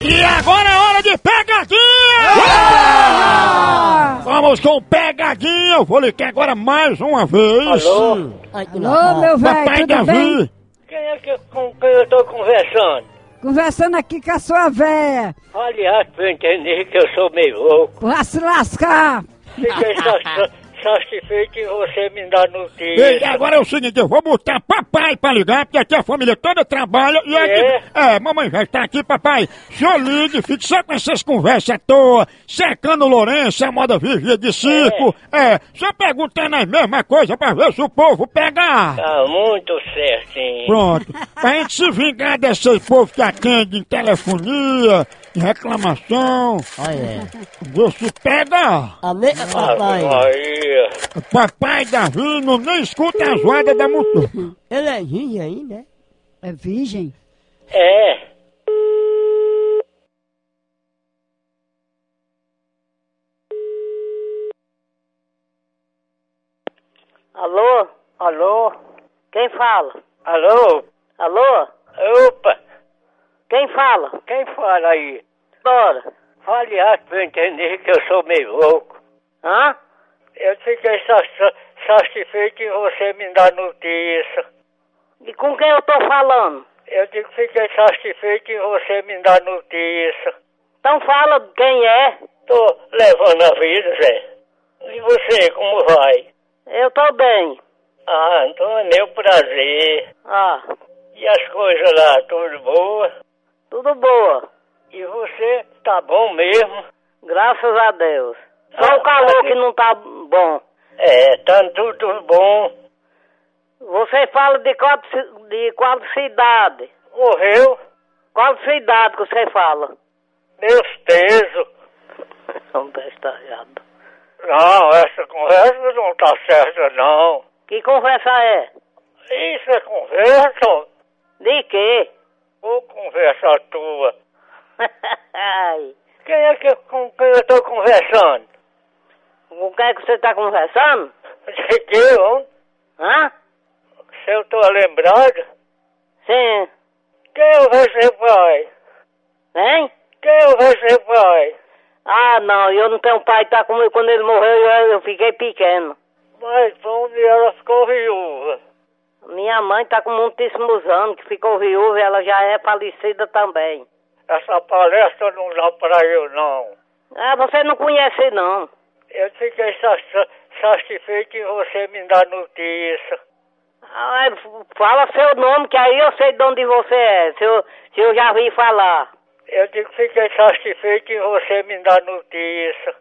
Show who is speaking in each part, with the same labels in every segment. Speaker 1: E agora é hora de pegadinha! Vamos com pegadinha! Eu vou ligar agora mais uma vez!
Speaker 2: Alô?
Speaker 3: Alô, meu velho,
Speaker 1: Papai
Speaker 3: tudo bem?
Speaker 1: Davi!
Speaker 2: Quem é que, com quem eu tô conversando?
Speaker 3: Conversando aqui com a sua véia,
Speaker 2: Aliás, pra eu entender que eu sou meio louco.
Speaker 3: pra se lascar.
Speaker 2: Fiquei só- só- satisfeito em você me dar
Speaker 1: Ei,
Speaker 2: notícia.
Speaker 1: agora é o seguinte, eu vou botar papai pra ligar, porque aqui a família toda trabalha e aqui. É, mamãe já está aqui, papai. Senhor ligue, fique só com essas conversas à toa, secando o Lourenço, é a moda vigia de circo. É, só perguntando as mesmas coisas pra ver se o povo pegar.
Speaker 2: Tá muito certinho.
Speaker 1: Pronto. Pra gente se vingar desses povos que atendem em telefonia, em reclamação,
Speaker 4: Olha,
Speaker 1: você pega.
Speaker 4: a me...
Speaker 2: Ave
Speaker 4: papai,
Speaker 2: Maria.
Speaker 1: Papai Davi não nem escuta a zoada da mutuca.
Speaker 4: ele é virgem ainda, né?
Speaker 3: É virgem?
Speaker 2: É.
Speaker 5: Alô? Alô? Quem fala?
Speaker 2: Alô?
Speaker 5: Alô?
Speaker 2: Opa!
Speaker 5: Quem fala?
Speaker 2: Quem fala aí?
Speaker 5: Bora.
Speaker 2: Fale alto pra eu entender que eu sou meio louco.
Speaker 5: Hã?
Speaker 2: Eu fiquei só- só- satisfeito em você me dar notícia.
Speaker 5: E com quem eu tô falando?
Speaker 2: Eu digo, fiquei satisfeito em você me dar notícia.
Speaker 5: Então fala quem é.
Speaker 2: Tô levando a vida, Zé. E você, como vai?
Speaker 5: Eu tô bem.
Speaker 2: Ah, então é meu prazer.
Speaker 5: Ah,
Speaker 2: E as coisas lá, tudo boa?
Speaker 5: tudo boa.
Speaker 2: E você, tá bom mesmo?
Speaker 5: Graças a Deus. Só
Speaker 2: Ah,
Speaker 5: o calor
Speaker 2: ah,
Speaker 5: que não tá bom.
Speaker 2: É, tá tudo, tudo bom.
Speaker 5: Você fala de qual, ci- de qual cidade?
Speaker 2: Morreu,
Speaker 5: Qual cidade que você fala?
Speaker 2: meus pesos.
Speaker 5: Não tá estalhado.
Speaker 2: Não, essa conversa não tá certa, não.
Speaker 5: Que conversa é?
Speaker 2: Isso é conversa
Speaker 5: De quê?
Speaker 2: ou conversa tua?
Speaker 5: Ai,
Speaker 2: Quem é que, com quem eu tô conversando?
Speaker 5: com quem é que você tá conversando?
Speaker 2: De que, homem?
Speaker 5: Hã?
Speaker 2: Se eu tô lembrado,
Speaker 5: Sim.
Speaker 2: quem é você, pai?
Speaker 5: Hein?
Speaker 2: Quem é você, pai?
Speaker 5: Ah, não, eu não tenho pai, tá comigo. Quando ele morreu, eu, eu fiquei pequeno.
Speaker 2: Mas onde ela ficou viúva?
Speaker 5: Minha mãe tá com muitíssimos anos, que ficou viúva, ela já é falecida também.
Speaker 2: Essa palestra não dá pra eu, não.
Speaker 5: Ah, você não conhece, não.
Speaker 2: Eu fiquei sa- sa- satisfeito em você me dar notícia.
Speaker 5: Ah, é, f- fala seu nome, que aí eu sei de onde você é, se eu, se eu já vi falar.
Speaker 2: Eu digo, fiquei satisfeito em você me dar notícia.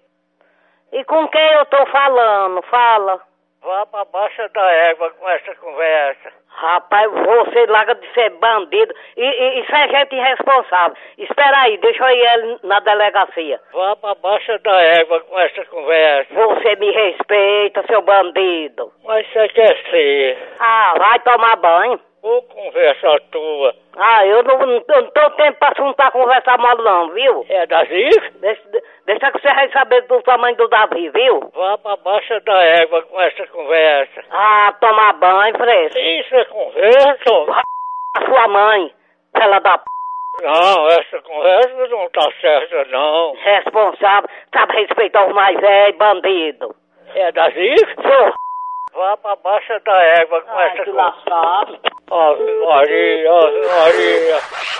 Speaker 5: E com quem eu tô falando? Fala.
Speaker 2: Vá pra baixa da égua com essa conversa.
Speaker 5: Rapaz, você larga de ser bandido. E, e- isso é gente irresponsável. Espera aí, deixa eu ir ele na delegacia.
Speaker 2: Vá pra baixa da égua com essa conversa.
Speaker 5: Você me respeita, seu bandido.
Speaker 2: Mas você quer ser?
Speaker 5: Ah, vai tomar banho.
Speaker 2: Ou conversa tua?
Speaker 5: Ah, eu não, não, não tenho tempo pra juntar conversar mal não, viu?
Speaker 2: É da Zica?
Speaker 5: Deixa, deixa que você vai saber do tamanho do Davi, viu?
Speaker 2: Vá pra baixa da égua com essa conversa.
Speaker 5: Ah, tomar banho, fresco.
Speaker 2: Isso é conversa?
Speaker 5: A sua mãe, ela da p...
Speaker 2: Não, essa conversa não tá certa, não.
Speaker 5: responsável, sabe respeitar os mais velhos, bandido.
Speaker 2: É da Zica?
Speaker 5: Seu
Speaker 2: Vá pra baixa da égua com
Speaker 5: Ai,
Speaker 2: essa
Speaker 5: que
Speaker 2: conversa.
Speaker 5: lascado.
Speaker 2: Ave Maria, Ave Maria.